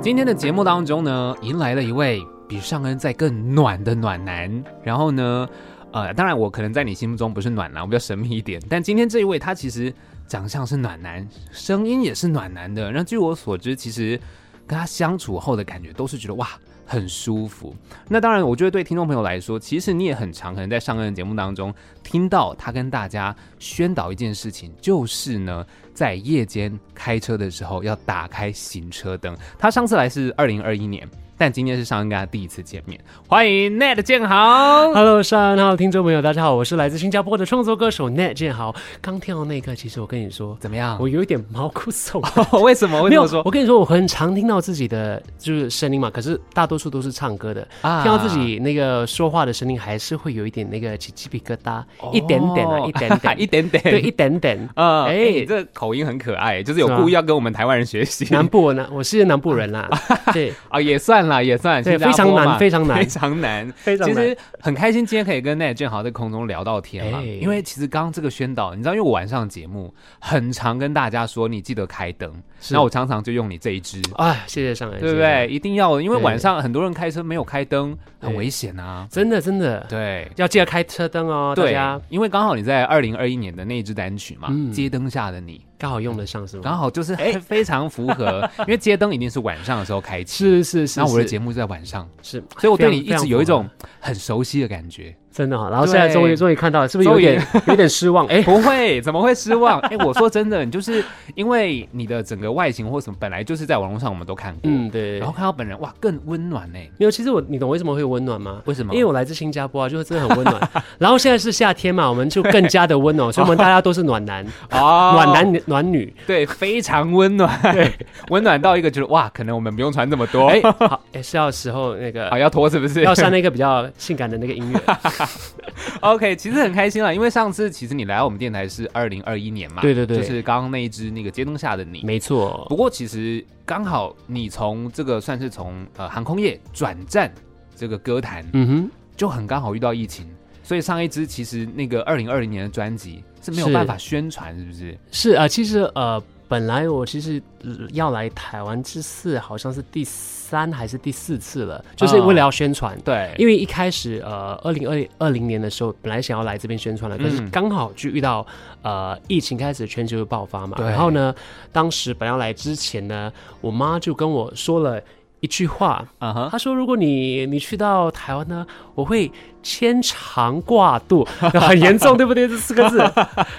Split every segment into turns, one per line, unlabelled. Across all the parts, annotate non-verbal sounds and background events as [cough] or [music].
今天的节目当中呢，迎来了一位比尚恩在更暖的暖男。然后呢，呃，当然我可能在你心目中不是暖男，我比较神秘一点。但今天这一位他其实长相是暖男，声音也是暖男的。那据我所知，其实跟他相处后的感觉都是觉得哇。很舒服。那当然，我觉得对听众朋友来说，其实你也很常可能在上恩的节目当中听到他跟大家宣导一件事情，就是呢，在夜间开车的时候要打开行车灯。他上次来是二零二一年，但今天是上恩跟他第一次见面。欢迎 Net 建豪。
[laughs] Hello，上岸号听众朋友，大家好，我是来自新加坡的创作歌手 Net 建豪。刚听到那一刻，其实我跟你说，
怎么 [laughs] 样？
我有一点毛骨悚然。
哦为什啊 [laughs] 么？为
没
什
有
么，说
我跟你说，我很常听到自己的就是声音嘛，可是大多数都是唱歌的，
啊
听到自己那个说话的声音，还是会有一点那个起鸡皮疙瘩，
哦
一点
[laughs]
点啊，一点
一
点，
点点，
对，一点点。
呃，哎、
哎
你这口音很可爱，就是有
是吗
故意要跟我们台湾人学习。
南部我南我是南部人啦，对，
[laughs] 啊，也算啦，也算，新
对
加坡
非常难
嘛
非常难
[laughs] 非常难，
非常
其
难
实很开心，今天可以跟奈正豪在空中聊到天了，
哎
因为其实刚刚这个宣导，你知道，因为我晚上节目很常跟大家说，你记得开灯，
是
那我常常就用你这一支，
哎，谢谢上岸，
对不
谢谢上岸
对？？一定要，因为
对
晚上很多人开车没有开灯，很
对
危险啊，
真的真的，
对。
要记得开车灯哦，大
对
家，
因为刚好你在二零二一年的那一支单曲嘛，
嗯
街灯下的你》，
刚好用得上是吗？哎
刚好就是非常符合，因为街灯一定是晚上的时候开启，
是是
[laughs]
是，
那我的
是
节目就在晚上，
是，
所以我对你
非
一
常
直有一
非常
种很熟悉的感觉。
真的哈、然后现在
对
终于终于看到了，是不是有点有点失 [laughs] 望？哎，
[laughs] 不会，怎么会失望？哎、我说真的，你就是因为你的整个外形或什么，本来就是在网络上我们都看过，
嗯，对
然。后看到本人，哇，更温暖欸呢、
没有，其实我你懂为什么会温暖吗？
为什么
因为我来自新加坡啊，就是真的很温暖。 [laughs] 然后现在是夏天嘛，我们就更加的温 [laughs] 暖，所以我们大家都是暖男、
哦
暖男、暖女。
[laughs] 对，非常温暖，温暖到一个就是哇，可能我们不用穿这么多，哎
哎，、好，哎，是要时候那个
[laughs] 好要脱是不是？
要上那个比较性感的那个音乐。
[laughs] OK，其实很开心啦，因为上次其实你来到我们电台是二零二一年嘛，
[laughs] 对对对
就是刚刚那一支那个街灯下的你，
没错
不，过其实刚好你从这个算是从呃航空业转战这个歌坛，
嗯哼，
就很刚好遇到疫情，所以上一支其实那个二零二零年的专辑是没有
是
办法宣传，是不是？
是啊、呃其实呃，本来我其实呃要来台湾之次，好像是第三还是第四次了，就是
啊
为了要宣传。
对，
因为一开始呃，二零二二零年的时候，本来想要来这边宣传的，可是
嗯
刚好就遇到呃疫情开始全球爆发嘛。
对
然后呢，当时本来要来之前呢，我妈就跟我说了一句话，
嗯哼，
她说：“如果你你去到台湾呢，我会牵肠挂肚， [laughs] 很严重，对不对？这四个字， [laughs]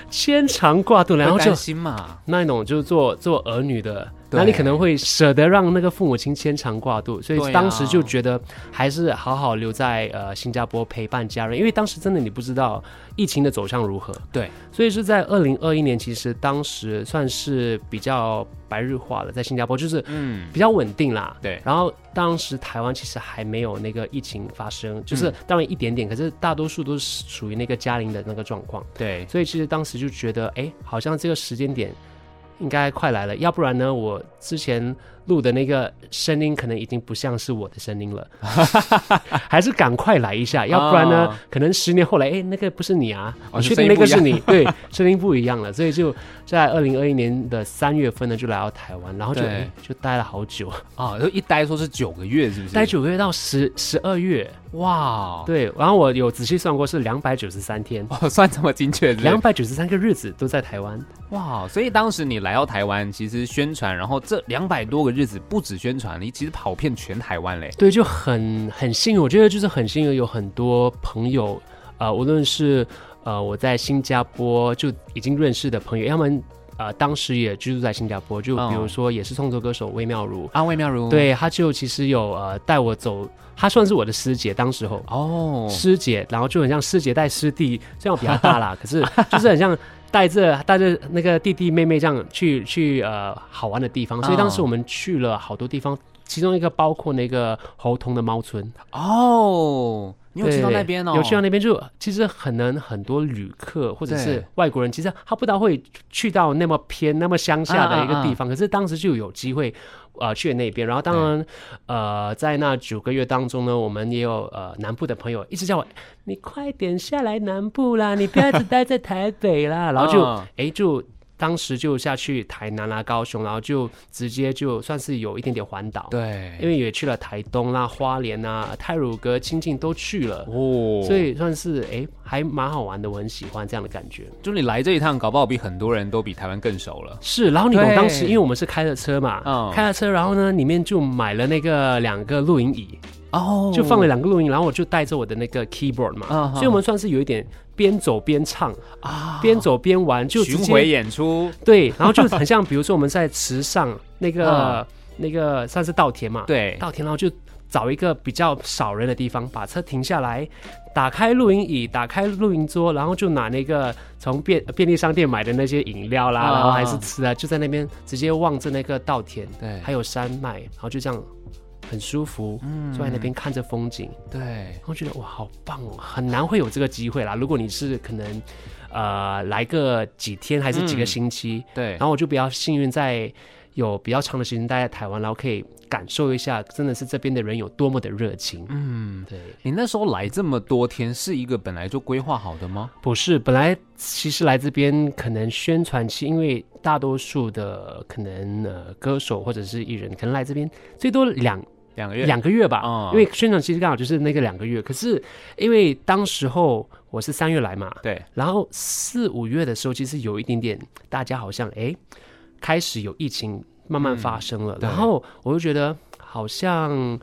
牵肠挂肚。”然后
会
就
担心嘛，
那一种就是做做儿女的，
对
那你可能会舍得让那个父母亲牵肠挂肚，所
对啊
以当时就觉得还是好好留在呃新加坡陪伴家人，因为当时真的你不知道疫情的走向如何，
对，
所以是在二零二一年，其实当时算是比较白日化了，在新加坡就是
嗯，
比较稳定啦。
对
然后当时台湾其实还没有那个疫情发生，就是
嗯
当然一点点，可是大多数都是属于那个嘉陵的那个状况。
对，
所以其实当时就觉得，哎，好像这个时间点应该快来了，要不然呢，我之前录的那个声音可能已经不像是我的声
[laughs]
音了，还是赶快来一下，要不然呢，
啊
可能十年后来，哎，那个不是你啊，
哦
你
是
确
声
定
音
那个
不一
是你？对，声音不一样了，所以就在二零二一年的三月份呢，就来到台湾，然后就
对
哎就待了好久，
哦，就一待说是九个月，是不是？
待九个月到十十二月，
哇，
对， [laughs] 然后我有仔细算过是两百九十三天。
哦，算这么精确，
两
两
百九十三个日子都在台湾，
哇，所以当时你来到台湾，其实宣传，然后这两百多个日子不止宣传，你其实跑遍全台湾嘞，
对，就很很幸运，我觉得就是很幸运，有很多朋友，呃，无论是呃我在新加坡就已经认识的朋友，要么呃当时也居住在新加坡，就比
哦
如说也是创作歌手魏妙如，
安慰妙如，，
对，她就其实有呃带我走，她算是我的师姐，当时候
哦，
师姐，然后就很像师姐带师弟，虽然我比较
[laughs]
大啦，可是就是很像带着带着那个弟弟妹妹这样去去呃好玩的地方，所以当时
哦
我们去了好多地方，其中一个包括那个猴童的猫村，
哦，你有去到
对
那边哦，
有去到那边就其实很能很多旅客或者是
对
外国人，其实他不大会去到那么偏那么乡下的一个
啊
地方，可是当时就有机会。呃，去了那边，然后当然，呃，在那九个月当中呢，我们也有呃南部的朋友一直叫我，
[laughs]
你快点下来南部啦，你不要只待在台北啦，然后就
嗯
哎就当时就下去台南啦、高雄，然后就直接就算是有一点点环岛，
对，
因为也去了台东啦、花莲啊、泰鲁阁、清境都去了。
哦，
所以算是哎，还蛮好玩的，我很喜欢这样的感觉。
就你来这一趟，搞不好比很多人都比台湾更熟了。
是，然后你懂
对
当时，因为我们是开了车嘛，
嗯
开了车，然后呢，里面就买了那个两个露营椅，
哦
就放了两个录音，然后我就带着我的那个 keyboard 嘛，
啊哈
所以我们算是有一点边走边唱，
啊，
边走边玩，就直
巡
接
回演出，
对，然后就很像，比如说我们在池上
[laughs]
那个、
啊
那个算是稻田嘛，，
对，
稻田，然后就找一个比较少人的地方，把车停下来，打开录音椅，打开录音桌，然后就拿那个从便便利商店买的那些饮料啦，
啊
然后还是吃啊，就在那边直接望着那个稻田，
对
还有山脉，然后就这样很舒服，
嗯
坐在那边看着风景。
对，
我觉得哇，好棒哦，很难会有这个机会啦。如果你是可能，呃，来个几天还是几个
嗯
星期，
对
然，后我就比较幸运，在有比较长的时间待在台湾，然后可以感受一下，真的是这边的人有多么的热情。
嗯，
对，
你那时候来这么多天，是一个本来就规划好的吗？
不是，本来其实来这边可能宣传期，因为大多数的可能呃歌手或者是艺人，可能来这边最多两
两个月，
两个月吧，
嗯
因为宣传期刚好就是那个两个月。可是因为当时候我是三月来嘛，
对，
然后四五月的时候，其实有一点点，大家好像哎，开始有疫情慢慢发生了，
嗯对
然后我就觉得好像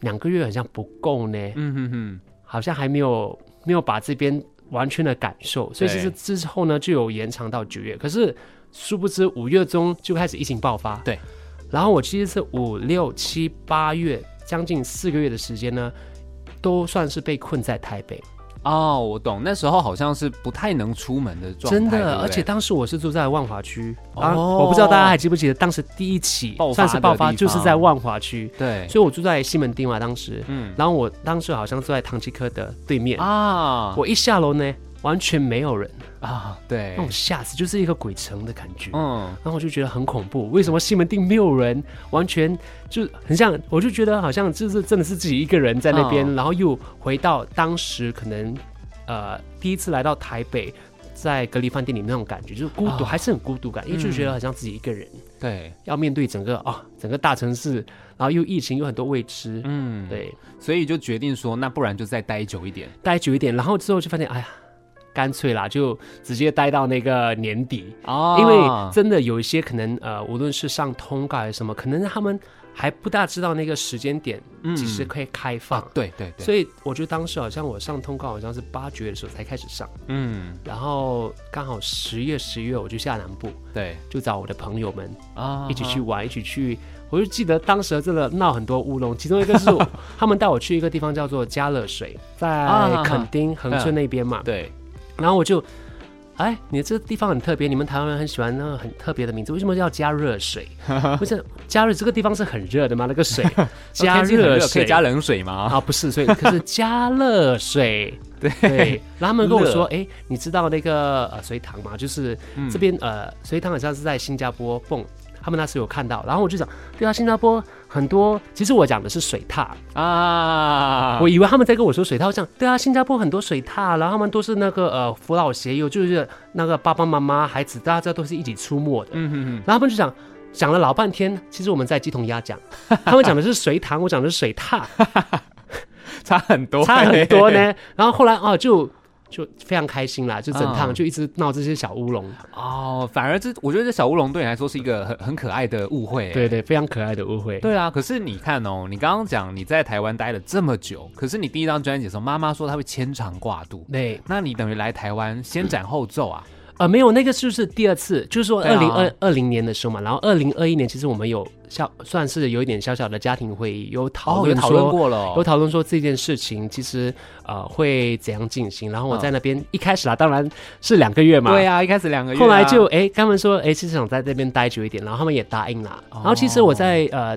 两个月好像不够呢，
嗯哼哼，
好像还没有没有把这边完全的感受，所以其实之后呢就有延长到九月，可是殊不知五月中就开始疫情爆发，
对，
然后我其实是五六七八月将近四个月的时间呢，都算是被困在台北。
哦，我懂，那时候好像是不太能出门的状态，
真
对不
的，
对
而且当时我是住在万华区，
哦
啊，我不知道大家还记不记得，当时第一起
爆发
算是爆发
的地
就
方
是在万华区，
对，
所以我住在西门町嘛，当时，
嗯
然后我当时好像住在唐吉诃德对面，
啊，
我一下楼呢，完全没有人，
啊，对
那，种吓死，就是一个鬼城的感觉。
嗯，
然后我就觉得很恐怖，为什么西门町没有人？完全就很像，我就觉得好像就是真的是自己一个人在那边，然后又回到当时可能呃第一次来到台北，在隔离饭店里面那种感觉，就是孤
啊
独，还是很孤独感，因为就觉得好像自己一个人、
对，
要面对整个啊、整个大城市，然后又疫情又很多未知，
嗯，，
对，
所以就决定说，那不然就再待久一点，
待久一点，然后之后就发现哎呀，干脆啦，就直接待到那个年底，
哦
因为真的有一些可能，呃，无论是上通告还是什么，可能他们还不大知道那个时间点
嗯
几时可以开放。
啊，对对对，
所以我觉得当时好像我上通告好像是八九月的时候才开始上，
嗯，
然后刚好十月十月我就下南部，
对
就找我的朋友们
啊
一起去玩，一起去。我就记得当时真的闹很多乌龙，其中一个是他们带我去一个地方叫做加乐水，在
啊嗯
垦丁恒春那边嘛。
对，
然后我就，哎，你这地方很特别，你们台湾人很喜欢那个很特别的名字，为什么要加
[laughs]
热水？不是加热这个地方是很热的吗？那个水 [laughs] 加
哦天气很
热
可
水
以加冷水吗？
啊，不是，所以可是加
[laughs]
热水。对，然后他们跟我说，哎，你知道那个呃隋唐吗？就是
嗯
这边、呃隋唐好像是在新加坡蹦，他们那时候有看到，然后我就想，对啊，新加坡很多，其实我讲的是水獭，
啊，
我以为他们在跟我说水獭，我讲对啊，新加坡很多水獭，然后他们都是那个呃扶老携幼，就是那个爸爸妈妈、孩子，大家都是一起出没的。
嗯哼哼。
然后他们就讲讲了老半天，其实我们在鸡同鸭讲，他们讲的是水塘，我讲的是
[laughs]
水獭，
差很多，欸
差很多呢。然后后来哦，就就非常开心啦，就整趟
嗯
就一直闹这些小乌龙，
哦。反而这，我觉得这小乌龙对你来说是一个很很可爱的误会。欸
对对，非常可爱的误会。
对啊，可是你看哦，你刚刚讲你在台湾待了这么久，可是你第一张专辑的时候，妈妈说她会牵肠挂肚，
对，
那你等于来台湾先斩后奏啊？
呃，没有，那个就是第二次，就是说
对
二
啊
零二二零年的时候嘛，然后二零二一年其实我们有小算是有一点小小的家庭会议，有讨
有
论
讨论
说。
过了哦，
有讨论说这件事情其实呃会怎样进行，然后我在那边、一开始啦，当然是两个月嘛，
嗯对啊，一开始两个月啊，
后来就哎、诶他们说哎、诶其实想在这边待久一点，然后他们也答应了。然后其实我
哦
在呃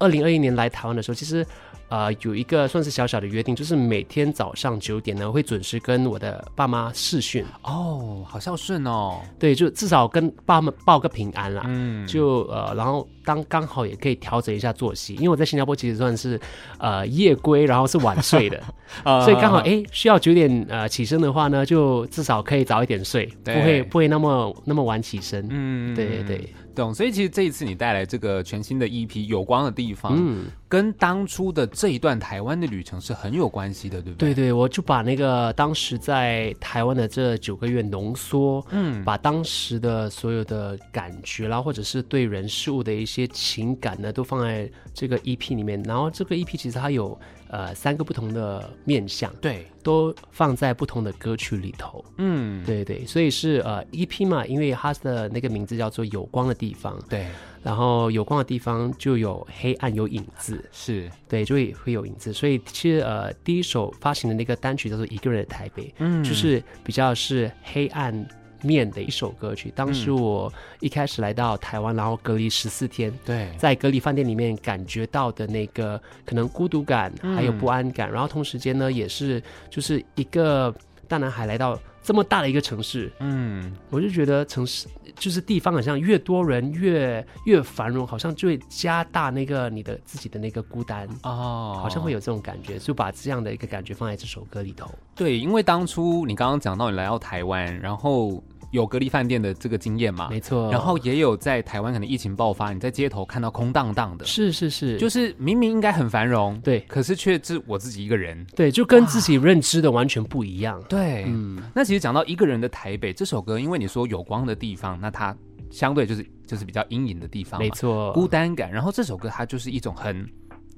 二零二一年来台湾的时候，其实呃有一个算是小小的约定，就是每天早上九点呢会准时跟我的爸妈视讯，
哦，好孝顺哦，
对，就至少跟爸妈报个平安啦。
嗯，
就呃，然后当刚后，也可以调整一下作息。因为我在新加坡其实算是呃夜归，然后是晚
[laughs]
睡的，
所
所以刚好哎需要九点呃起身的话呢，就至少可以早一点睡，不
对
会不会那么那么晚起身。
嗯
对对对，
懂。所以其实这一次你带来这个全新的 EP《有光的地方》，
嗯，
跟当初的这一段台湾的旅程是很有关系的，对不
对
对？
对，我就把那个当时在台湾的这九个月浓缩，嗯，把当时的所有的感觉啦，或者是对人事物的一些情感呢，都放在这个 EP 里面。然后这个 EP 其实它有呃三个不同的面向，
对，
都放在不同的歌曲里头。
嗯，
对对，所以是呃 EP 嘛，因为它的那个名字叫做有光的地方，
对，
然后有光的地方就有黑暗有影子，
是，
对，就会会有影子。所以其实呃第一首发行的那个单曲叫做《一个人的台北》，
嗯
就是比较是黑暗。面的一首歌曲，当时我一开始来到台湾，然后隔离十四天，
对，
在隔离饭店里面感觉到的那个可能孤独感，
嗯
还有不安感，然后同时间呢，也是就是一个大男孩来到这么大的一个城市，
嗯，
我就觉得城市就是地方，好像越多人越越繁荣，好像就会加大那个你的自己的那个孤单。
哦，
好像会
有
有这种感觉，就把这样的一个感觉放在这首歌里头。
对，因为当初你刚刚讲到你来到台湾，然后有隔离饭店的这个经验嘛，
没错，
啊然后也有在台湾可能疫情爆发，你在街头看到空荡荡的，
是是是，就
就是明明应该很繁荣，
对
可是却是我自己一个人。
对，就跟自己认知的完全不一样。
对，
嗯，
那其实讲到一个人的台北这首歌，因为你说有光的地方，那它相对就是就是比较阴影的地方嘛，
没错，
孤单感。然后这首歌它就是一种很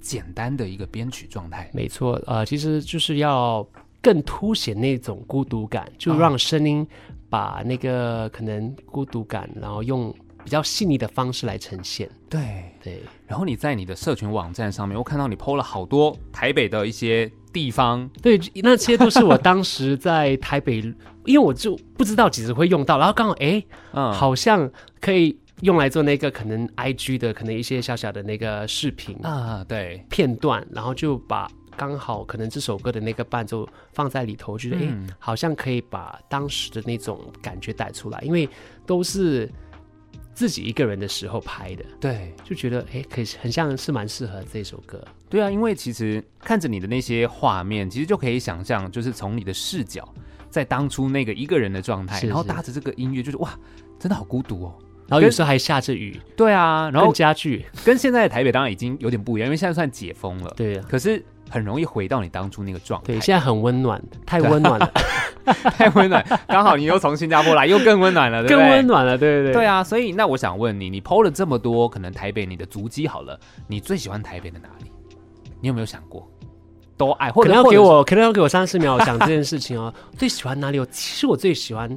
简单的一个编曲状态，
没错，呃，其实就是要更凸显那种孤独感，就
嗯
让声音把那个可能孤独感，然后用比较细腻的方式来呈现。
对。
对，
然后你在你的社群网站上面，我看到你 PO 了好多台北的一些地方，
对，那些都是我当时在台北，因为我就不知道几时会用到，然后刚好哎，
嗯，，
好像可以用来做那个可能 IG 的可能一些小小的那个视频
啊，对，
片段，然后就把。刚好可能这首歌的那个伴奏放在里头，觉得哎、诶
嗯
好像可以把当时的那种感觉带出来，因为都是自己一个人的时候拍的，
对，
就觉得哎、诶可以很像是蛮适合这首歌。
对啊，因为其实看着你的那些画面，其实就可以想象，就是从你的视角，在当初那个一个人的状态，
是
然后
是
搭着这个音乐，就是哇，真的好孤独哦。
然后有时候还下着雨，
对啊，然
然后
后
加剧，
跟现在的台北当然已经有点不一样，因为现在算解封 [laughs] 了，
对啊，
可是很容易回到你当初那个状态
对，，现在很温暖，太温暖了，
[laughs] 太温暖。刚好你又从新加坡来，又更温暖 [laughs] 了，对不
更
对
温暖了，对
对
对对。
啊，所以那我想问你，你剖了这么多，可能台北你的足迹好了，你最喜欢台北的哪里？你有没有想过？都爱，或
可
者
能要给，
或者
我，可能要给我三十秒讲这件事情哦。 [laughs] 最喜欢哪里？我其实我最喜欢，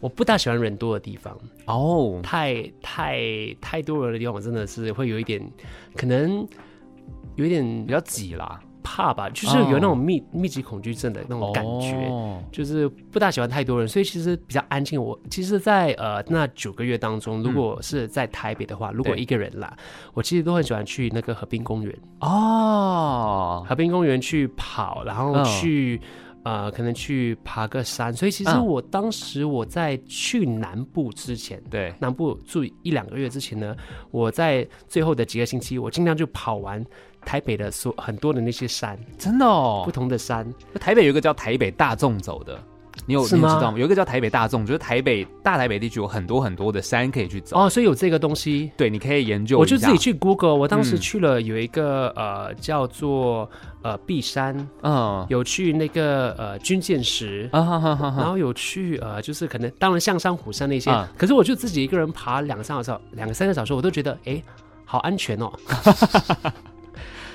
我不大喜欢人多的地方，
是哦，
太太太多人的地方，我真的是会有一点，可能有一点
比较挤啦，
怕吧，就是有那种密、密集恐惧症的那种感觉。
哦
就是不大喜欢太多人，所以其实比较安静。我其实在，呃那九个月当中，如果是在台北的话，如果
嗯对
一个人啦，我其实都很喜欢去那个河滨公园，
哦，
河滨公园去跑，然后
嗯
去、呃可能去爬个山。所以其实
嗯
我当时我在去南部之前。
对，
南部住一两个月之前呢，我在最后的几个星期，我尽量就跑完台北的所很多的那些山，
真的
不
哦。
同的山，
台北有一个叫台北大众走的，你有你
是
有知
吗
道吗？有一个叫台北大众，就是台北大台北地区有很多很多的山可以去走。
哦，所以有这个东西，
对，你可以研究一下。
我就自己去 Google，我当时
嗯
去了有一个、呃叫做呃碧山，
嗯
有去那个呃军舰石。
啊哈哈哈
然
哈，
后有去呃，就是可能当然象山、虎山那些，
啊
可是我就自己一个人爬两个三个小时，两个三个小时，我都觉得哎，好安全哦。 [laughs]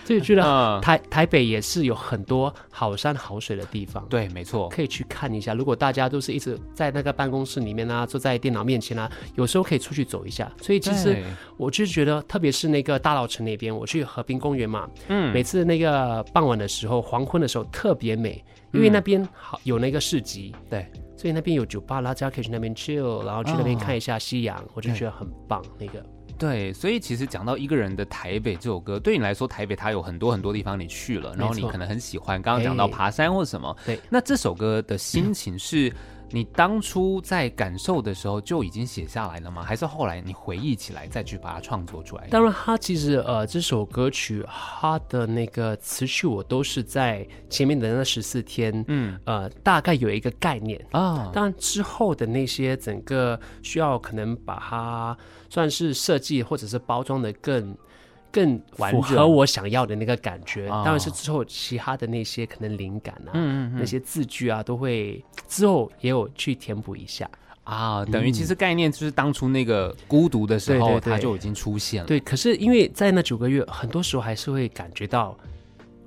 所以觉得
嗯，
台台北也是有很多好山好水的地方，
对，没错，
可以去看一下。如果大家都是一直在那个办公室里面啊，坐在电脑面前啊，有时候可以出去走一下。所以其实
对
我就觉得，特别是那个大稻城那边，我去河滨公园嘛，
嗯
每次那个傍晚的时候，黄昏的时候特别美，因为
嗯
那边好有那个市集，
对，
所以那边有酒吧，大家可以去那边 chill，然后去那边
哦
看一下夕阳，我就觉得很棒。那个
对，所以其实讲到一个人的台北这首歌，对你来说，台北它有很多很多地方你去了，然后
没
你
错
可能很喜欢。刚刚讲到
哎
爬山或什么，
对
那这首歌的心情是你当初在感受的时候就已经写下来了吗？还是后来你回忆起来再去把它创作出来？
当然，它其实呃，这首歌曲它的那个词曲我都是在前面的那十四天，
嗯
呃，大概有一个概念。
啊，
当然之后的那些整个需要可能把它算是设计或者是包装的更更
完
符
整
合我想要的那个感觉。
啊
当然是之后其他的那些可能灵感啊，
嗯嗯
那些字句啊，都会之后也有去填补一下。
啊，等于其实概念就是当初那个孤独的时候，
嗯对对对
它就已经出现了。
对，可是因为在那九个月，很多时候还是会感觉到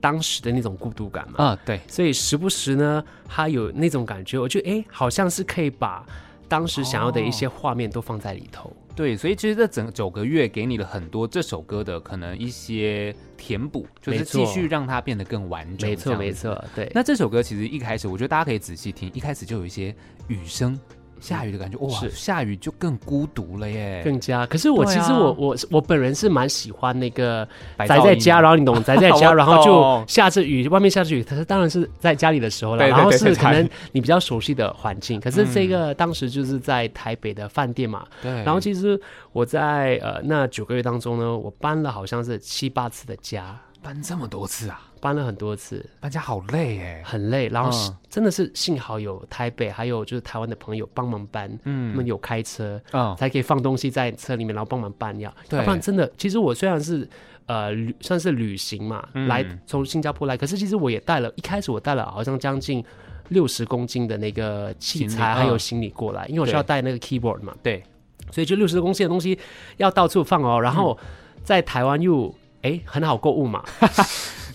当时的那种孤独感嘛，
啊，对，
所以时不时呢，他有那种感觉，我觉得哎，诶好像是可以把当时想要的一些画面都放在里头。
对，所以其实这整九个月给你了很多这首歌的可能一些填补，就是
没错
继续让它变得更完整。
没错，
这样子
没。错，对。
那这首歌其实一开始，我觉得大家可以仔细听，一开始就有一些雨声，下雨的感觉，哇，
是
下雨就更孤独了耶。
更加，可是我
对
其
啊
实我、我我本人是蛮喜欢那个
白
宅
噪
在
音
家，然后你懂宅
[laughs]
在
我
家，然后
懂
就下着雨，外面下着雨，可是当然是在家里的时候了，
对对
然后
对
是
在家
可
里
能你比较熟悉的环境，可是这个当时就是在台北的饭店嘛，
对，
然后其实我在呃那九个月当中呢，我搬了好像是七八次的家，
搬这么多次啊，
搬了很多次，
搬家好累耶。
很累。然后
嗯
是真的是幸好有台北还有就是台湾的朋友帮忙搬，他们
嗯
有开车
嗯，
哦才可以放东西在车里面，然后帮忙搬要。
对
要不然真的，其实我虽然是呃旅算是旅行嘛，
嗯
来从新加坡来，可是其实我也带了，一开始我带了好像将近。六十公斤的那个器
行李
材还有
嗯
行李过来，因为我
对
需要带那个 keyboard 嘛，
对，嗯
所以就六十公斤的东西要到处放哦。然后在台湾又哎很好购物嘛，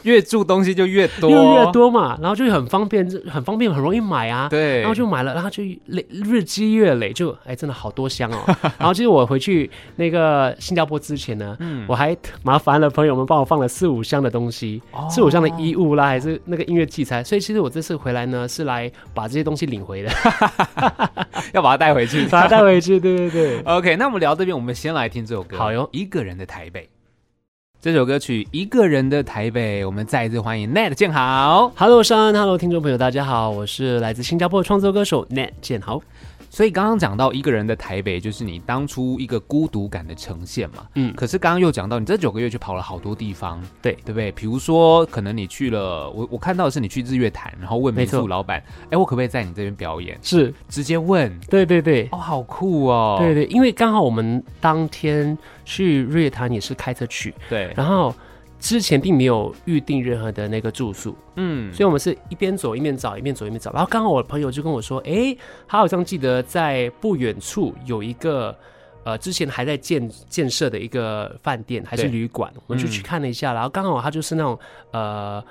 越住东西就越多，哦
又越，多嘛，然后就很方便，很方便，很容易买啊。
对，
然后就买了，然后就累日积月累，就哎真的好多箱 [laughs] 哦。然后其实我回去那个新加坡之前呢，我还麻烦了朋友们帮我放了四五箱的东西，
哦
四五箱的衣物啦，还是那个音乐器材。所以其实我这次回来呢，是来把这些东西领回的，
要把它带回去。
[laughs] 把它带回去。对对对。
OK，那我们聊这边，我们先来听这首歌。
好哟
一个人的台北。这首歌曲《一个人的台北》，我们再一次欢迎 Net 建豪。
[laughs] Hello，上岸，Hello，听众朋友，大家好，我是来自新加坡的创作歌手 Nat 建豪。
所以刚刚讲到《一个人的台北》，就是你当初一个孤独感的呈现嘛。
嗯
可是刚刚又讲到，你这九个月去跑了好多地方，
对
对不对？比如说，可能你去了，我我看到的是你去日月潭，然后问民
没
宿
错
老板，哎，我可不可以在你这边表演？
是
直接问，
对对对。
哦，好酷哦，
对对，因为刚好我们当天去日月潭也是开车去，
对，
然后之前并没有预定任何的那个住宿，
嗯，
所以我们是一边走一边找，一边走一边找。然后刚好我朋友就跟我说，诶，他好像记得在不远处有一个。呃，之前还在建建设的一个饭店还是
对
旅馆，我们就去
嗯
看了一下，然后刚好它就是那种呃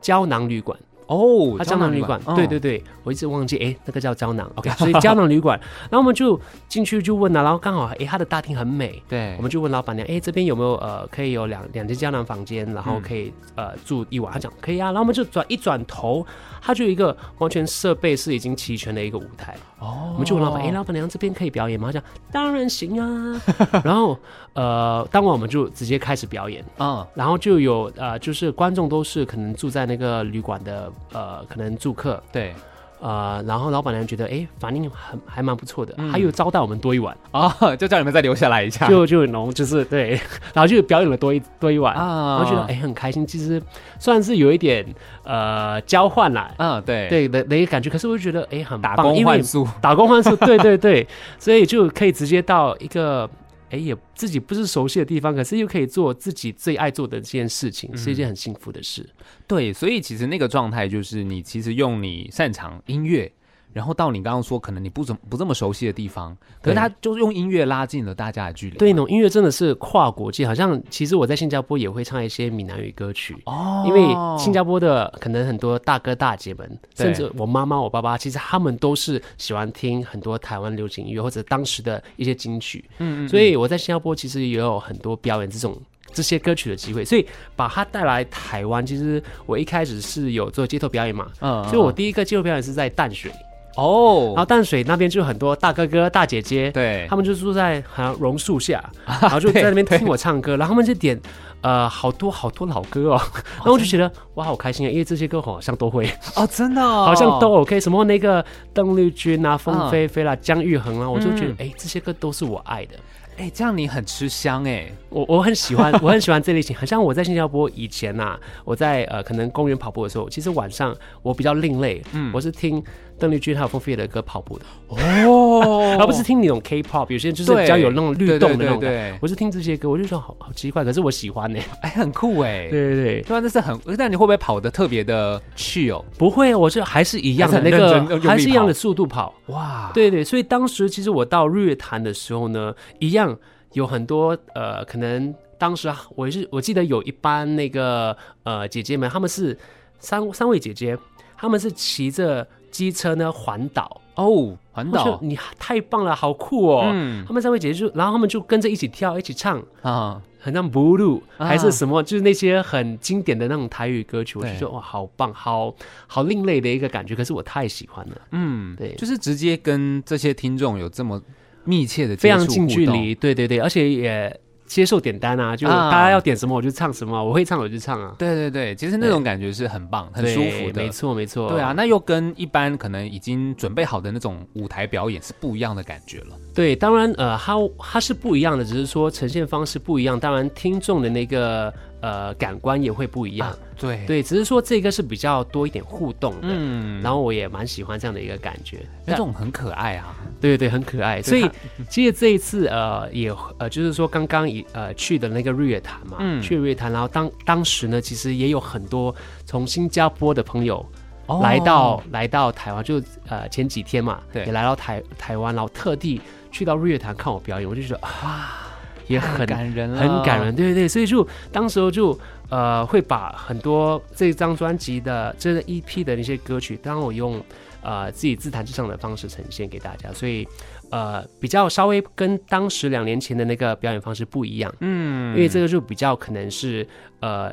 胶囊旅馆，啊
哦，
它胶囊旅馆，
嗯
对对对，我一直忘记，哎，那个叫胶囊，OK，所以胶囊旅馆，然后我们就进去就问了，然后刚好，哎，它的大厅很美，
对，
我们就问老板娘，哎，这边有没有呃可以有两两间胶囊房间，然后
嗯
可以、呃住一晚？她讲可以啊，然后我们就转一转头，它就有一个完全设备是已经齐全的一个舞台，
哦，
我们就问老板，哎，老板娘这边可以表演吗？她讲当然行啊，然后呃当晚我们就直接开始表演。
嗯，
然后就有呃，就是观众都是可能住在那个旅馆的呃，可能住客
对，
呃，然后老板娘觉得哎反应很还蛮不错的，
嗯
还有招待我们多一晚，
哦， [laughs] 就叫你们再留下来一下，
[laughs] 就就浓就是对，然后就表演了多一多一晚，
啊
然后觉得哎很开心，其实算是有一点呃交换啦，
嗯，对，
对的的一个感觉，可是我就觉得哎很
打
棒，
工
因为
换宿，
打工换宿，对对对，所以就可以直接到一个。哎，也自己不是熟悉的地方，可是又可以做自己最爱做的这件事情，是一
嗯
件很幸福的事。
对，所以其实那个状态就是你其实用你擅长音乐，然后到你刚刚说可能你不怎么不这么熟悉的地方，可是
对
他就是用音乐拉近了大家的距离。
对，那种音乐真的是跨国界，好像其实我在新加坡也会唱一些闽南语歌曲，
哦
因为新加坡的可能很多大哥大姐们，
对
甚至我妈妈、我爸爸，其实他们都是喜欢听很多台湾流行音乐或者当时的一些金曲，
嗯嗯
所以我在新加坡其实也有很多表演这种。这些歌曲的机会，所以把它带来台湾。其实我一开始是有做街头表演嘛，
嗯，
所以我第一个街头表演是在淡水，
哦
然后，淡水那边就有很多大哥哥、大姐姐，
对
他，们就住在好像榕
[laughs]
树下，
啊
然后就在那边听我唱歌，然后他们就点呃好多好多老
[laughs]
歌哦，然后我就觉得哇好开心啊，因为这些歌好像都会，
哦，真的哦，
好像都 OK，什么那个邓丽君啊、凤
嗯
飞飞啦、姜育恒啊，我就觉得
嗯
哎、这些歌都是我爱的，
哎、这样你很吃香哎，
我我很喜欢， [laughs] 我很喜欢这类型，很像我在新加坡以前呐、我在呃可能公园跑步的时候，其实晚上我比较另类，
嗯
我是听邓丽君还有凤飞飞的歌跑步的， [laughs]
哦
啊而不是听那种 K-pop，有些人就是
对
比较有那种律
对对
动的那种
对
感
对
觉我是听这些歌，我就说好好奇怪，可是我喜欢呢、
哎、很酷哎，
对对对，
对啊，那是很，那你会不会跑得特别的 chill？
不会，我就还是一样的
还是
那
很
个
认真用，力
还是一样
跑
的速度跑。
哇，
对对，所以当时其实我到日月潭的时候呢，一样有很多呃，可能当时啊，我是我记得有一班那个呃姐姐们，她们是三三位姐姐，她们是骑着机车呢环岛，
哦，环
我说
岛，
你太棒了，好酷哦！
嗯
她们三位姐姐就，然后她们就跟着一起跳，一起唱。
啊，
很像 blue
啊
还是什么，就是那些很经典的那种台语歌曲，我就
对
觉得哇，好棒，好好另类的一个感觉。可是我太喜欢了，
嗯，
对
就是直接跟这些听众有这么密切的接
非常
触
近
互
距
动，
离，对对对，而且也接受点单啊，就
啊
大家要点什么我就唱什么，我会唱我就唱啊，
对对对，其实那
对
种感觉是很棒、很舒服
对
的
没。错没错，
对啊，，那又跟一般可能已经准备好的那种舞台表演是不一样的感觉了。
对，当然呃，它它是不一样的，只是说呈现方式不一样，当然听众的那个呃感官也会不一样，
啊对，
对，只是说这个是比较多一点互动的，
嗯，
然后我也蛮喜欢这样的一个感觉，
那种很可爱啊。
对嗯对，很可爱。所
对嗯
以其实这一次呃也呃就是说刚刚以呃去的那个日月潭嘛，
嗯
去日月潭，然后当当时呢其实也有很多从新加坡的朋友
哦
来到、来到台湾，就呃前几天嘛，
对
也来到台台湾，然后特地去到日月潭看我表演，我就觉得啊也
很
很
感人了，
很感人，对对对，所以就当时候就呃会把很多这张专辑的这个 EP 的那些歌曲，当然我用呃自己自弹自唱的方式呈现给大家，所以呃比较稍微跟当时两年前的那个表演方式不一样，
嗯
因为这个就比较可能是呃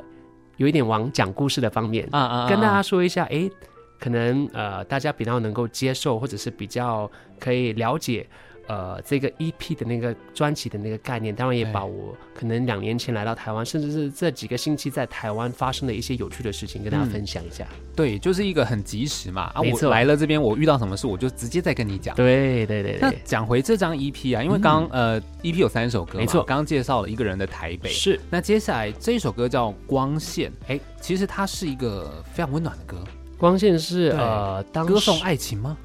有一点往讲故事的方面，
啊啊啊
跟大家说一下，诶，可能呃大家比较能够接受，或者是比较可以了解。呃，这个 EP 的那个专辑的那个概念，当然也
对
把我可能两年前来到台湾，甚至是这几个星期在台湾发生的一些有趣的事情，跟大家
嗯
分享一下。
对，就是一个很及时嘛。啊，
没
我
错
来了这边，我遇到什么事，我就直接再跟你讲。
对对对
那
对，
讲回这张 EP 啊，因为刚、呃 EP 有三首歌嘛，
没错
刚刚介绍了一个人的台北。
是
那接下来这一首歌叫《光线》，哎
哎，
其实它是一个非常温暖的歌，
光线是
对
呃，当
歌颂
时
爱情吗？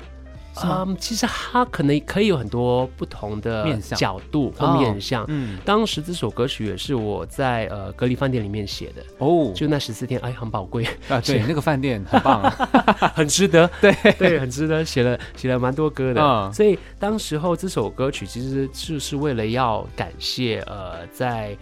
是吗？
嗯，其实它可能可以有很多不同的
面向
角度
哦
或面向。
嗯，
当时这首歌曲也是我在呃隔离饭店里面写的，
哦，
就那十四天，哎，很宝贵，
啊，对，那个饭店很棒
[laughs]
啊，
很值得，
对
[laughs] 对，很值得，写了写了蛮多歌的。
嗯
所以当时候这首歌曲其实就是为了要感谢呃，在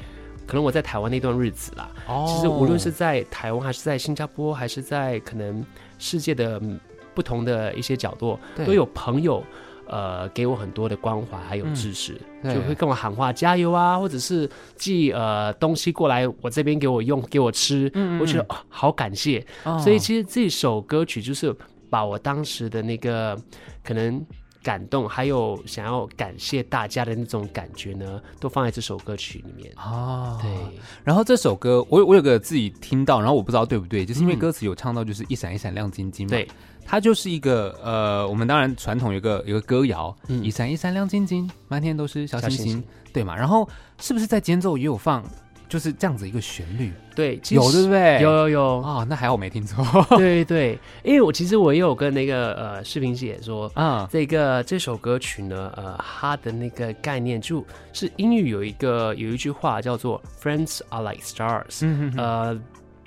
可能我在台湾那段日子啦，
哦
其实无论是在台湾还是在新加坡，还是在可能世界的嗯不同的一些角落，
对
都有朋友。呃，给我很多的关怀还有
嗯
支持，
对
就会跟我喊话加油啊，或者是寄呃东西过来，我这边给我用，给我吃，
嗯嗯
我觉得、
嗯
哦、好感谢，
哦
所以其实这首歌曲就是把我当时的那个可能感动，还有想要感谢大家的那种感觉呢，都放在这首歌曲里面。
哦，
啊对，
然后这首歌，我有我有个自己听到，然后我不知道对不对，就是因为
嗯
歌词有唱到，就是一闪一闪亮晶晶嘛。
对，
它就是一个呃，我们当然传统有个有个歌谣，
嗯
一闪一闪亮晶晶，满天都是小星
小星
星
星，
对嘛？然后是不是在间奏也有放，就是这样子一个旋律？
对，其
有
实
对不对？
有有
[laughs]
有，
哦，那还好我没听错
[laughs] 对对，因为我其实我也有跟那个呃视频姐说。
啊。
这个这首歌曲呢，呃，它的那个概念就是英语有一个有一句话叫做 “Friends are like stars”，、
嗯哼
呃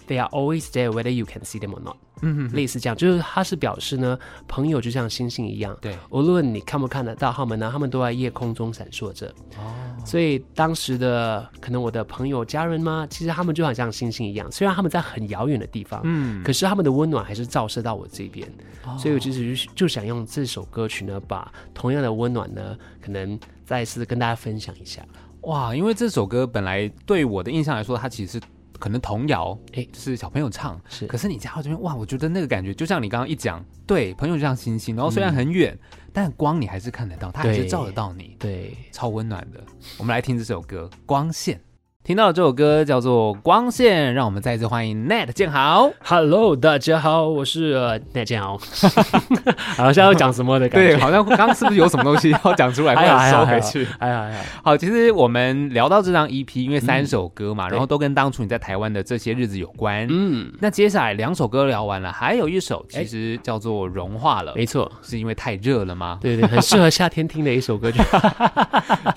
，They are always there whether you can see them or not。
嗯哼哼，
类似这样，就是它是表示呢，朋友就像星星一样，
对
无论你看不看得到他们呢，他们都在夜空中闪烁着。
哦，
所以当时的可能我的朋友、家人嘛，其实他们就好像星星一样，虽然他们在很遥远的地方，
嗯，
可是他们的温暖还是照射到我这边。
哦
所以我其实就就想用这首歌曲呢，把同样的温暖呢，可能再次跟大家分享一下。
哇，因为这首歌本来对我的印象来说，它其实是可能童谣，哎、
哎
就是小朋友唱。
是
可是你加到这边，哇，我觉得那个感觉，就像你刚刚一讲，对，朋友就像星星，然后虽然很远，但光你还是看得到，它还是
嗯对
照得到你，
对，
超温暖的。我们来听这首歌《光线》，听到这首歌叫做《光线》，让我们再一次欢迎 Net 建豪。
Hello，大家好，我是呃那这
[laughs]
样哦，好像要讲什么的感
对，
觉。
好像刚刚是不是有什么东西要讲 [laughs] 出来，
还好
快收
还
回
好
去？
哎呀哎呀，
好，其实我们聊到这张 EP，因为三首歌嘛，
对
然后都跟当初你在台湾的这些日子有关。
嗯，
那接下来两首歌聊完了，还有一首其实叫做《融化了》，
没错，
是因为太热了吗？
对对，很适合夏天听的一首歌曲。
[laughs]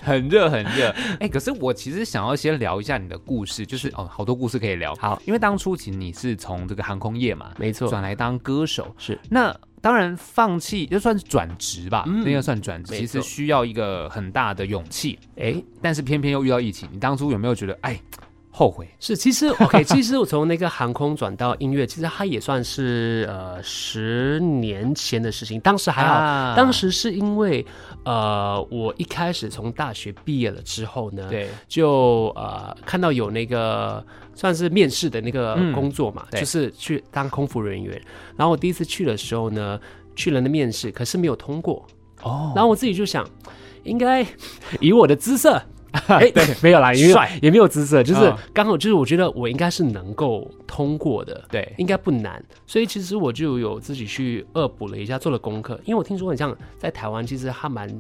很热很热。 [laughs] 哎、可是我其实想要先聊一下你的故事，就是哦，好多故事可以聊。
好，
因为当初其实你是从这个航空业嘛，
没错，
转来当歌手，
是
那当然放弃就算是转职吧，
嗯
那应该算转职，
没
其实
错
需要一个很大的勇气。
哎
但是偏偏又遇到疫情，你当初有没有觉得哎后悔？
是，其实 OK，其实我从那个航空转到音乐，其实它也算是呃十年前的事情，当时还好。
啊
当时是因为，呃，我一开始从大学毕业了之后呢，
对
就呃看到有那个算是面试的那个
嗯
工作嘛，
对
就是去当空服人员。然后我第一次去的时候呢，去了那面试，可是没有通过。
哦，
然后我自己就想，应该以我的姿 [laughs] 色。哎，啊对，没有啦，因为
帅
也没有姿色，就是
嗯
刚好就是我觉得我应该是能够通过的，
对
应该不难，所以其实我就有自己去恶补了一下，做了功课。因为我听说很像在台湾，其实还蛮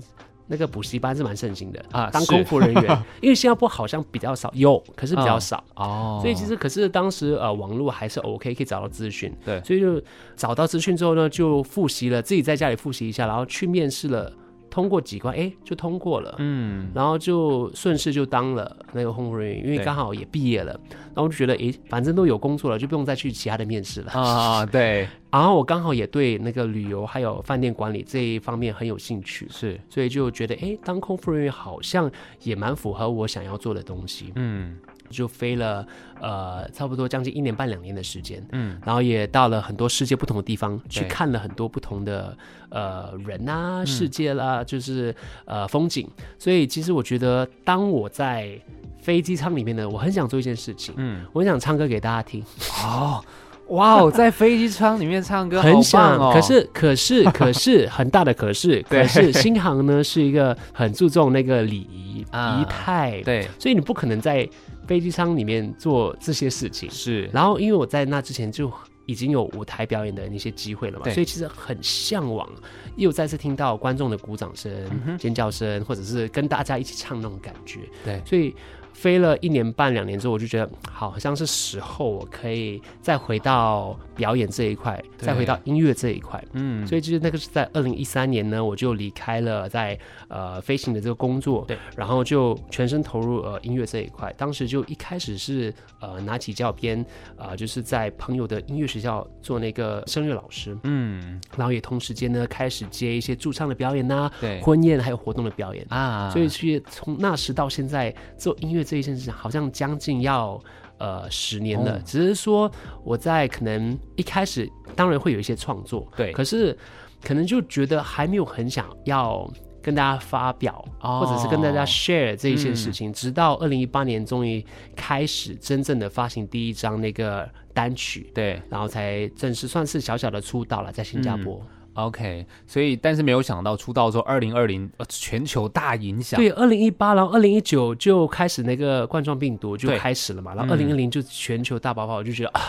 那个补习班是蛮盛行的
啊
当
是
空服人员。因为新加坡好像比较少，有可是比较少，
哦，
所以其实可是当时呃网络还是 OK，可以找到资讯。
对
所以就找到资讯之后呢，就复习了，自己在家里复习一下，然后去面试了，通过几关，哎，就通过了。
嗯
然后就顺势就当了那个空服人员，因为
对
刚好也毕业了，然后就觉得诶，反正都有工作了，就不用再去其他的面试了。
啊对
然后我刚好也对那个旅游还有饭店管理这一方面很有兴趣，
是
所以就觉得诶，当空服人员好像也蛮符合我想要做的东西，
[laughs] 嗯
就飞了呃差不多将近一年半两年的时间。
嗯
然后也到了很多世界不同的地方，去
对
看了很多不同的呃人
嗯
啊、世界啦、就是呃风景。所以其实我觉得，当我在飞机舱里面呢，我很想做一件事情，
嗯
我很想唱歌给大家听，
哦哇哦，在飞机窗里面唱歌，
很
好棒
想。
哦。
可是
[laughs]
可是可是很大的可是，
对
可是新航呢是一个很注重那个礼仪
啊
仪态，，
对
所以你不可能在飞机舱里面做这些事情。
是
然后因为我在那之前就已经有舞台表演的那些机会了嘛，
对
所以其实很向往，又再次听到观众的鼓掌声、
嗯
尖叫声，或者是跟大家一起唱那种感觉。
对
所以飞了一年半两年之后，我就觉得好像是时候我可以再回到表演这一块，
对
再回到音乐这一块。
嗯
所
以
以就是那个是在二零一三年呢，我就离开了在呃飞行的这个工作，
对，
然后就全身投入呃音乐这一块。当时就一开始是呃拿起教鞭，呃就是在朋友的音乐学校做那个声乐老师，
嗯
然后也同时间呢开始接一些驻唱的表演呐、
对
婚宴还有活动的表演。
啊，
所以其实从那时到现在做音乐这一件事情，好像将近要呃十年了。
哦
只是说我在可能一开始当然会有一些创作，
对
可是可能就觉得还没有很想要跟大家发表，
哦嗯
或者是跟大家 share 这一些事情。直到二零一八年，终于开始真正的发行第一张那个单曲，
对
然后才正式算是小小的出道了，在新加
嗯
坡。
OK，所以但是没有想到出道之后，二零二零呃全球大影响，
对，二零一八，然后二零一九就开始那个冠状病毒就
对
开始了嘛，然
嗯
后二零二零就全球大爆发，我就觉得啊，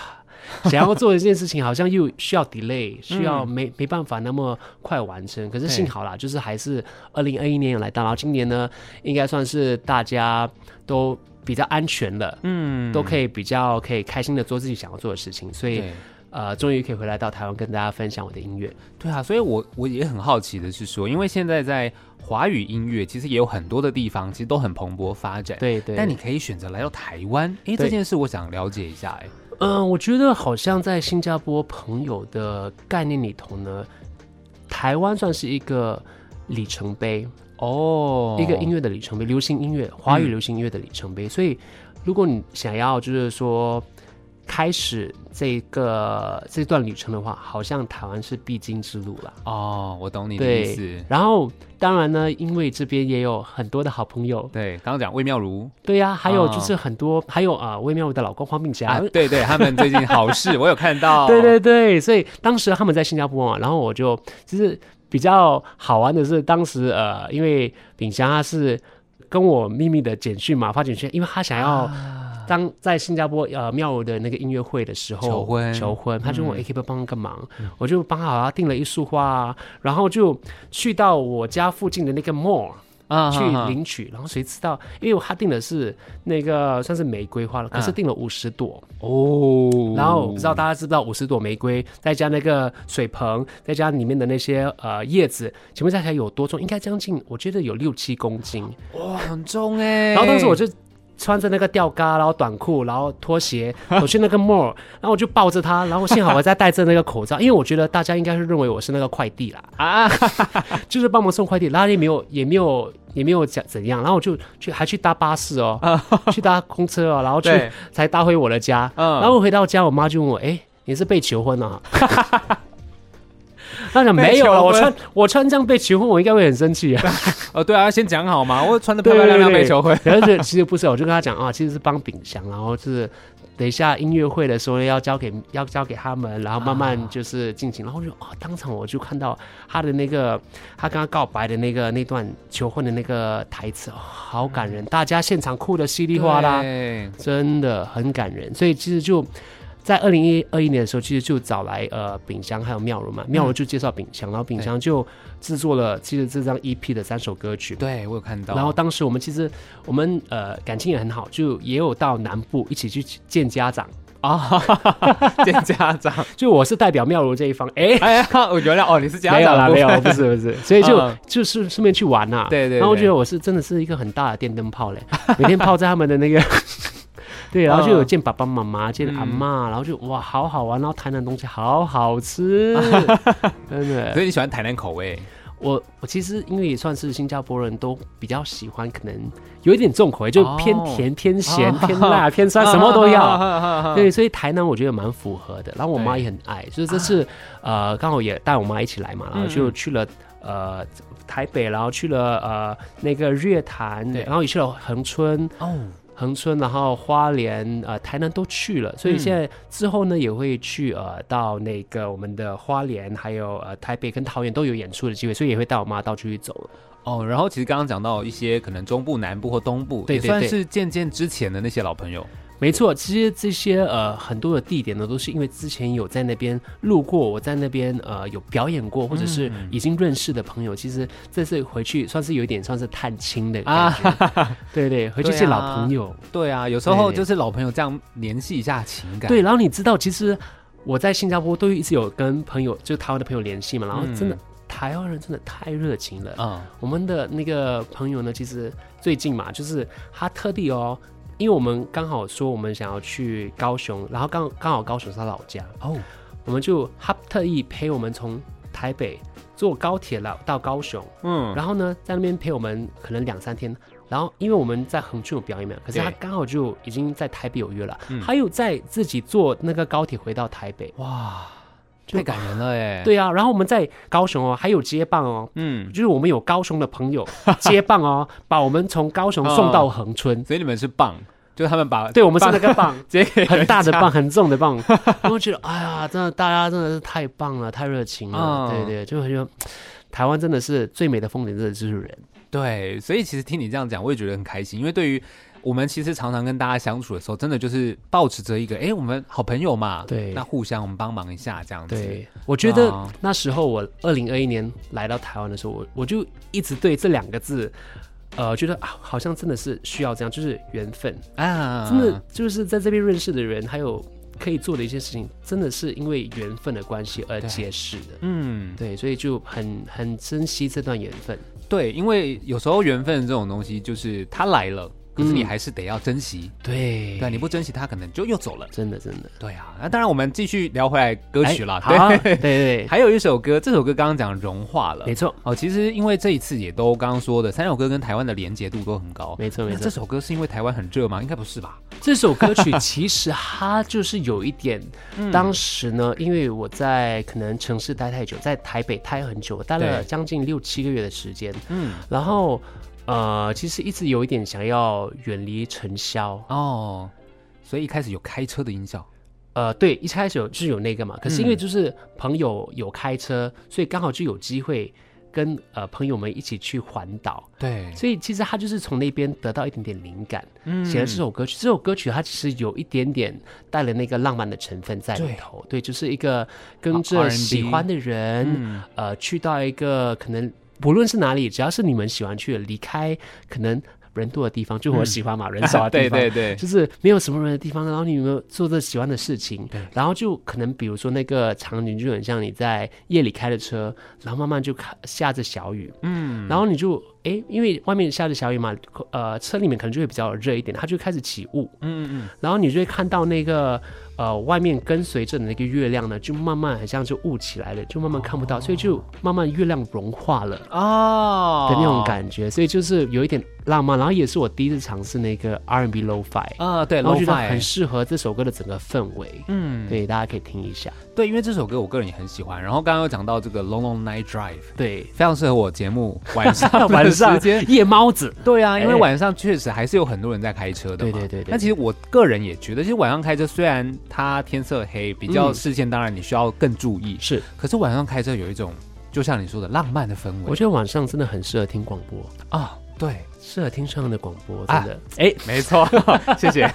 [laughs] 想要做一件事情，好像又需要
嗯
delay，需要没、没办法那么快完成。可是幸好啦，就是还是二零二一年有来到，然后今年呢，应该算是大家都比较安全了，
嗯
都可以比较可以开心的做自己想要做的事情，所以
对
呃，终于可以回来到台湾跟大家分享我的音乐。
对啊，所以我我也很好奇的是说，因为现在在华语音乐其实也有很多的地方，其实都很蓬勃发展。
对对，
但你可以选择来到台湾，哎，这
对
件事我想了解一下，哎，
嗯，我觉得好像在新加坡朋友的概念里头呢，台湾算是一个里程碑，
哦
一个音乐的里程碑，流行音乐、华
嗯
语流行音乐的里程碑。所以，如果你想要就是说开始这个这段旅程的话，好像台湾是必经之路啦。
哦，我懂你的意
对
思，。
然后当然呢，因为这边也有很多的好朋友，
对，刚刚讲魏妙如
对呀、还有
啊
就是很多，还有啊，微妙我的老公黄敏
啊
佳，，
对对，他们最近好事，我有看到。
[laughs] 对对对，所以当时他们在新加坡嘛，然后我就其实比较好玩的是，当时呃，因为炳祥他是跟我秘密的简讯嘛，发简讯，因为他想要
啊
当在新加坡呃妙舞的那个音乐会的时候
求婚嗯
求婚，他就问我 A K 不帮他个忙，我就帮他好像订了一束花啊，然后就去到我家附近的那个 mall。
啊，
去
哈哈
领取，然后谁知道？因为他订的是那个算是玫瑰花了，可是
嗯
订了五十朵，
哦，
然后不知道大家知不知道五十朵玫瑰，再加那个水盆，再加里面的那些呃叶子，请问加起来有多重？应该将近，我觉得有六七公斤。
哇，很重哎。
然后当时我就穿着那个吊嘎，然后短裤，然后拖鞋，走去那个 mall，然后我就抱着它，然后幸好我在戴着那个口罩，因为我觉得大家应该是认为我是那个快递啦，
啊，
就是帮忙送快递，然后也没有也没有也没有讲怎样，然后我就去还去搭巴士哦，去搭公车哦，然后去
对
才搭回我的家。
嗯
然后我回到家，我妈就问我：“哎、你是被求婚了、 [laughs] 啊？”那讲没有了，啊
被求婚
我穿我穿这样被求婚，我应该会很生气啊。 [laughs]
哦，对啊，先讲好嘛，我穿的漂漂亮亮被求婚。
然后就其实不是，我就跟他讲啊，其实是帮炳祥，然后就是等一下音乐会的时候要交给要交给他们，然后慢慢就是进行。然后我就啊，当场我就看到他的那个他跟他告白的那个那段求婚的那个台词，哦好感人，大家现场哭的稀里哗啦。
对
真的很感人。所以其实就在二零一二一年的时候，其实就找来呃炳香还有妙如嘛，妙如就介绍炳香，然后炳香就制作了其实这张 EP 的三首歌曲。
对，我有看到。
然后当时我们其实我们呃感情也很好，就也有到南部一起去见家长。
啊， [laughs] 哈哈哈见家长，
就我是代表妙如这一方，
[laughs]
哎，
哎呀，我原来哦，你是家长，
没有啦，
不
没有，不是不是，所以就、
嗯
就是顺便去玩呐、
对对对
然后我觉得我是真的是一个很大的电灯泡嘞，欸每天泡在他们的那个。 [laughs]
嗯
对，然后就有见爸爸妈妈，见阿妈，然后就哇，好好玩，然后台南东西好
[laughs]
好吃，真
[laughs]
的。
所以你喜欢台南口味
[laughs] 我我其实因为也算是新加坡人都比较喜欢，可能有一点重口味，就偏
哦嗯
甜、
[laughs]
偏咸、偏辣、偏酸，什么都要。
要
对，所以台南我觉得蛮符合的。然后我
嗯对
妈
啊
也很爱，就是这次、呃刚好也带我妈一起来嘛，然后
嗯
就去了呃台北，然后去了呃那个日坛，
对
然后也去了恒春。
[laughs] 哦，
恒春，然后花莲、呃台南都去了，所以
嗯
现在之后呢，也会去呃到那个我们的花莲，还有呃台北跟桃园都有演出的机会，所以也会带我妈到处去走了。
哦，然后其实刚刚讲到一些可能中部、南部或东部，
对
也
对
算
对
是渐渐之前的那些老朋友。
没错，其实这些呃很多的地点呢，都是因为之前有在那边路过，我在那边呃有表演过，或者是
嗯
已经认识的朋友，其实这次回去算是有一点算是探亲的感觉， [laughs] 对对，回去
对啊
见老朋友，
对啊，有时候
对
就是老朋友这样联系一下情感。
对，然后你知道，其实我在新加坡都一直有跟朋友，就是台湾的朋友联系嘛，然后真的、
嗯
台湾人真的太热情了，
嗯，
我们的那个朋友呢，其实最近嘛，就是他特地哦，因为我们刚好说我们想要去高雄，然后刚刚好高雄是他老家，
哦，
我们就他特意陪我们从台北坐高铁了到高雄，
嗯，
然后呢在那边陪我们可能两三天。然后，因为我们在横春有表演嘛，可是他
对嗯
刚好就已经在台北有约了，还有在自己坐那个高铁回到台北。
哇，
就
太感人了哎。，
对啊，然后我们在高雄哦，还有接棒哦，
嗯，
就是我们有高雄的朋友接棒 [laughs] 哦，把我们从高雄送到恒春。
所以你们是棒，就是他们把
对，我们是那个棒，
这个
很大 [laughs] 的棒，很重的棒。然后觉得，哎呀，真的，大家真的是太棒了，太热情了。
嗯
对对，就很有台湾真的是最美的风景，真的就是人。
对，所以其实听你这样讲，我也觉得很开心，因为对于我们其实常常跟大家相处的时候，真的就是保持着一个，哎，我们好朋友嘛，
对
那互相我们帮忙一下这样子，
对，嗯我觉得
啊
那时候我二零二一年来到台湾的时候，我我就一直对这两个字。呃，觉得啊，好像真的是需要这样，就是缘分，
啊，
真的就是在这边认识的人，还有可以做的一些事情，真的是因为缘分的关系而
对
结识的。
嗯，
对，所以就很很珍惜这段缘分。
对，因为有时候缘分这种东西，就是它来了，可
嗯
是你还是得要珍惜，
对
对，你不珍惜它，可能就又走了。
真的真的
对啊，那当然我们继续聊回来歌曲啦，
哎好，对
对， [laughs]
对，
还有一首歌，这首歌刚刚讲融化了
没。错，
哦，其实因为这一次也都刚刚说的三首歌跟台湾的连结度都很高，
没错，没
那这
错。
首歌是因为台湾很热吗？应该不是吧？
这首歌曲其实它就是有一
[laughs]
点，
嗯
当时呢，因为我在可能城市待太久，在台北待很久，待了
对
将近六七个月的时间，
嗯，
然后呃，其实一直有一点想要远离尘嚣。
哦，所以一开始有开车的音效，
呃，对，一开始有就是有那个嘛，
嗯
可是因为就是朋友有开车，所以刚好就有机会跟呃朋友们一起去环岛，
对，
所以其实他就是从那边得到一点点灵感，
嗯
写了这首歌曲。这首歌曲它其实有一点点带了那个浪漫的成分在里头，对，就是一个跟
嗯啊
着
，R&B
喜欢的人，
嗯
呃，去到一个可能不论是哪里，只要是你们喜欢去的，离开可能人多的地方，就我喜
[laughs]
欢嘛，人少的地
对
方，
对对，
就是没有什么人的地方，然后你有没有做着喜欢的事情，然后就可能比如说那个场景就很像你在夜里开着车，然后慢慢就开下着小雨，
嗯，
然后你就诶，因为外面下着小雨嘛，呃，车里面可能就会比较热一点，它就开始起雾，
嗯嗯
然后你就会看到那个呃外面跟随着的那个月亮呢，就慢慢很像就雾起来了，就慢慢看不
哦
到，所以就慢慢月亮融化了。
嗯，哦
的那种，感觉，所以就是有一点浪漫，然后也是我第一次尝试那个 R&B low-fi，
啊，对，
然后我觉得
lo-fi
很适合这首歌的整个氛围，
嗯，
对，大家可以听一下。
对，因为这首歌我个人也很喜欢。然后刚刚有讲到这个《Long Long Night Drive》，
对，
非常适合我节目晚
[laughs]
上 [laughs] 的
晚上
时间。
夜猫子，
对啊，因为
哎
晚上确实还是有很多人在开车的嘛。
对对对对
那其实我个人也觉得，其实晚上开车虽然它天色黑，比较
嗯
视线当然你需要更注意，
是，
可是晚上开车有一种就像你说的浪漫的氛
我
围
觉得晚上真的很适合听广播，
啊。
[laughs]
对，
适合听上的广播，
啊
真的。哎，
没错， [laughs] 谢谢。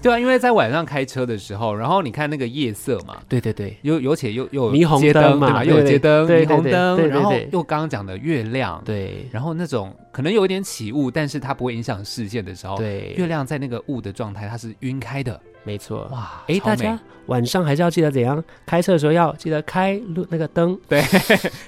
对啊，因为在晚上开车的时候，然后你看那个夜色嘛，
对对对，
有有且又又有
霓虹
街
灯嘛
对吧？
对
又有街
对
灯、
对
霓
对
虹
对
灯，
对对
然后
对
又刚刚讲的月亮，
对
然后那种可能有一点起雾，但是它不会影响视线的时候，，月
对，
亮在那个雾的状态，它是晕开的，
没错。
哇，
哎，
超
大
美
家晚上还是要记得怎样开车的时候要记得开路那个灯，
对，啊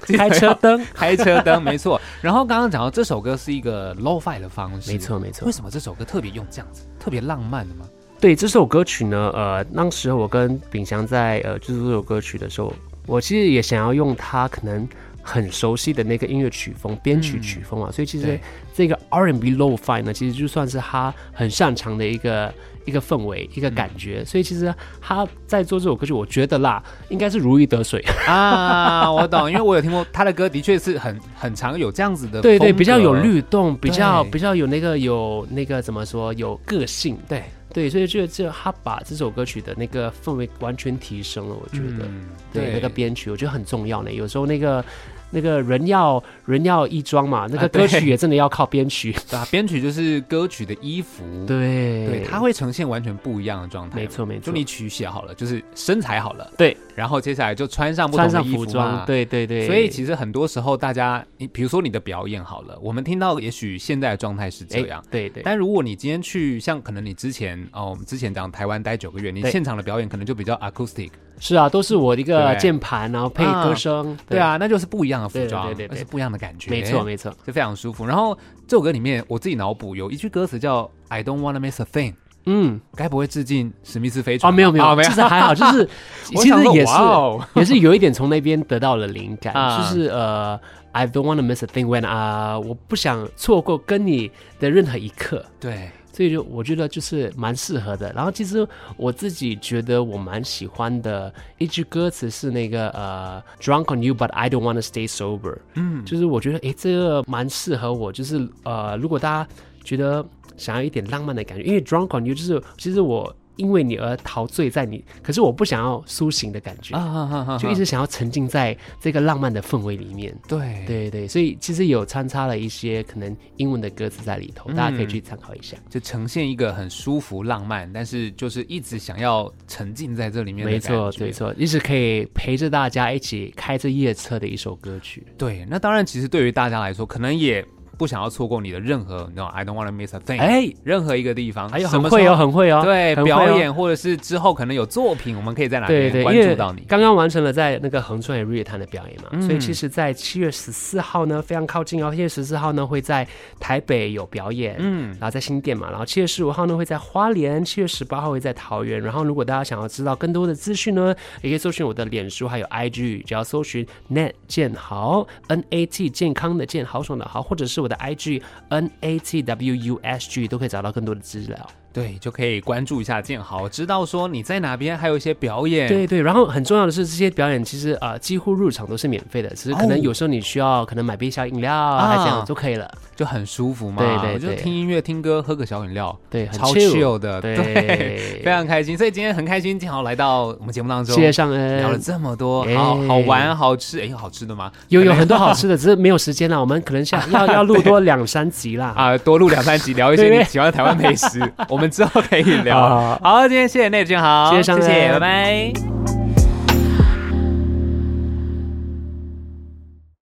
记得
[laughs] 开车
要
灯，
[laughs] 开车灯，没错。然后刚刚讲到这首歌是一个 lo-fi 的方式，
没。错没错
为。什么这首歌特别用这样子，特别浪漫的吗？
对这首歌曲呢，呃，当时我跟秉祥在呃制作这首歌曲的时候，我其实也想要用他可能很熟悉的那个音乐曲风、编曲
嗯
曲风啊，所以其实
对
这个 R&B lo-fi 呢，其实就算是他很擅长的一个一个氛围、一个
嗯
感觉，所以其实他在做这首歌曲，我觉得啦，应该是如鱼得水，
[laughs] 啊，我懂，因为我有听过他的歌，的确是很很常有这样子的，
对对，比较有，律动，比较
哦对
比较有那个有那个怎么说，有个性，
对，
对，所以就就他把这首歌曲的那个氛围完全提升了，我觉得。
嗯
对那个编曲，我觉得很重要呢。有时候那个那个人要人要衣装嘛，那
啊
个歌
对
曲也真的要靠编曲。
[laughs] 对啊，编曲就是歌曲的衣服，
对
对，它会呈现完全不一样的状态嘛。
没错没错，
就你曲写好了，就是身材好了，
对，
然后接下来就穿上不同的
穿上
衣
服
服
装，
嘛。
对对对，
所以其实很多时候，大家你比如说你的表演好了，我们听到也许现在的状态是这
哎
样，
对对，
但如果你今天去像可能你之前哦，我们之前讲台湾待九个月，你
对
现场的表演可能就比较 acoustic，
是啊，都是我的一
对
个
不对
键盘，然后配
啊
歌声，
对，啊，那就是不一样的服
对
装，
对对对
而是不一样的感觉，
没错没错，
是非常舒服。然后这首歌里面我自己脑补有一句歌词叫 "I don't wanna miss a thing"，
嗯，
该不会致敬史密斯飞
哦
船吧？
没有没
哦
有，
没有
其，实还好，就是
[laughs] 我
其
想
实
说
也是
哇哦
[laughs] 也是有一点从那边得到了灵感，
啊
就是呃，I don't want to miss a thing when 啊，我不想错过跟你的任何一刻。
对，
所以就我觉得就是蛮适合的。然后其实我自己觉得我蛮喜欢的一句歌词是那个呃，drunk on you but I don't wanna stay sober，
嗯，
就是我觉得诶这个蛮适合我，就是呃如果大家觉得想要一点浪漫的感觉，因为 drunk on you 就是其实我因为你而陶醉在你，可是我不想要苏醒的感觉，
啊哈哈
就一直想要沉浸在这个浪漫的氛围里面。
对
对对，所以其实有穿插了一些可能英文的歌词在里头，
嗯
大家可以去参考一下。
就呈现一个很舒服、浪漫，但是就是一直想要沉浸在这里面的
没错
感，觉
没错，一直可以陪着大家一起开着夜车的一首歌曲。
对，那当然，其实对于大家来说，可能也不想要错过你的任何，你知道，I don't want to miss a thing，
哎
任何一个地方，
还有
什
很
么
会
时
哦，
候，
很会哦，
对，
很会哦
表。演或者是之后可能有作品，我们可以在哪
对对，
边关
因为
注到你？
刚刚完成了在那个恒春与日月潭的表演嘛，
嗯
所以其实，在七月十四号呢，非常靠近哦。七月十四号呢会在台北有表演，
嗯，
然后在新店嘛，然后七月十五号呢会在花莲，七月十八号会在桃园。然后如果大家想要知道更多的资讯呢，也可以搜寻我的脸书还有 IG，只要搜寻 Nat 健豪 N A T 健康的健豪爽的豪，或者是我的 IG N A T W U S G 都可以找到更多的资料。
对，就可以关注一下建豪，知道说你在哪边还有一些表演。
对对，然后很重要的是，这些表演其实呃几乎入场都是免费的，只是可能
哦
有时候你需要可能买杯小饮料啊，还这样就可以了。
就很舒服嘛，
对对对
就听音乐、听歌、喝个小饮料，
对，很
超 chill 的，
对，
[laughs] 非常开心。所以今天很开心，建豪来到我们节目当中
谢，谢尚恩，
聊了这么多，
哎
好好玩、好吃，哎，有好吃的吗？
有有
可能
很多好吃的，只是没有时间了，我们可能下要要录多两三集啦。
[laughs] 啊，多录两三集，聊一些
[laughs] 对对
你喜欢的台湾美食，我们之后可以聊。
[laughs] 啊
好，今天谢谢内建豪，
谢谢商人
谢谢，拜拜。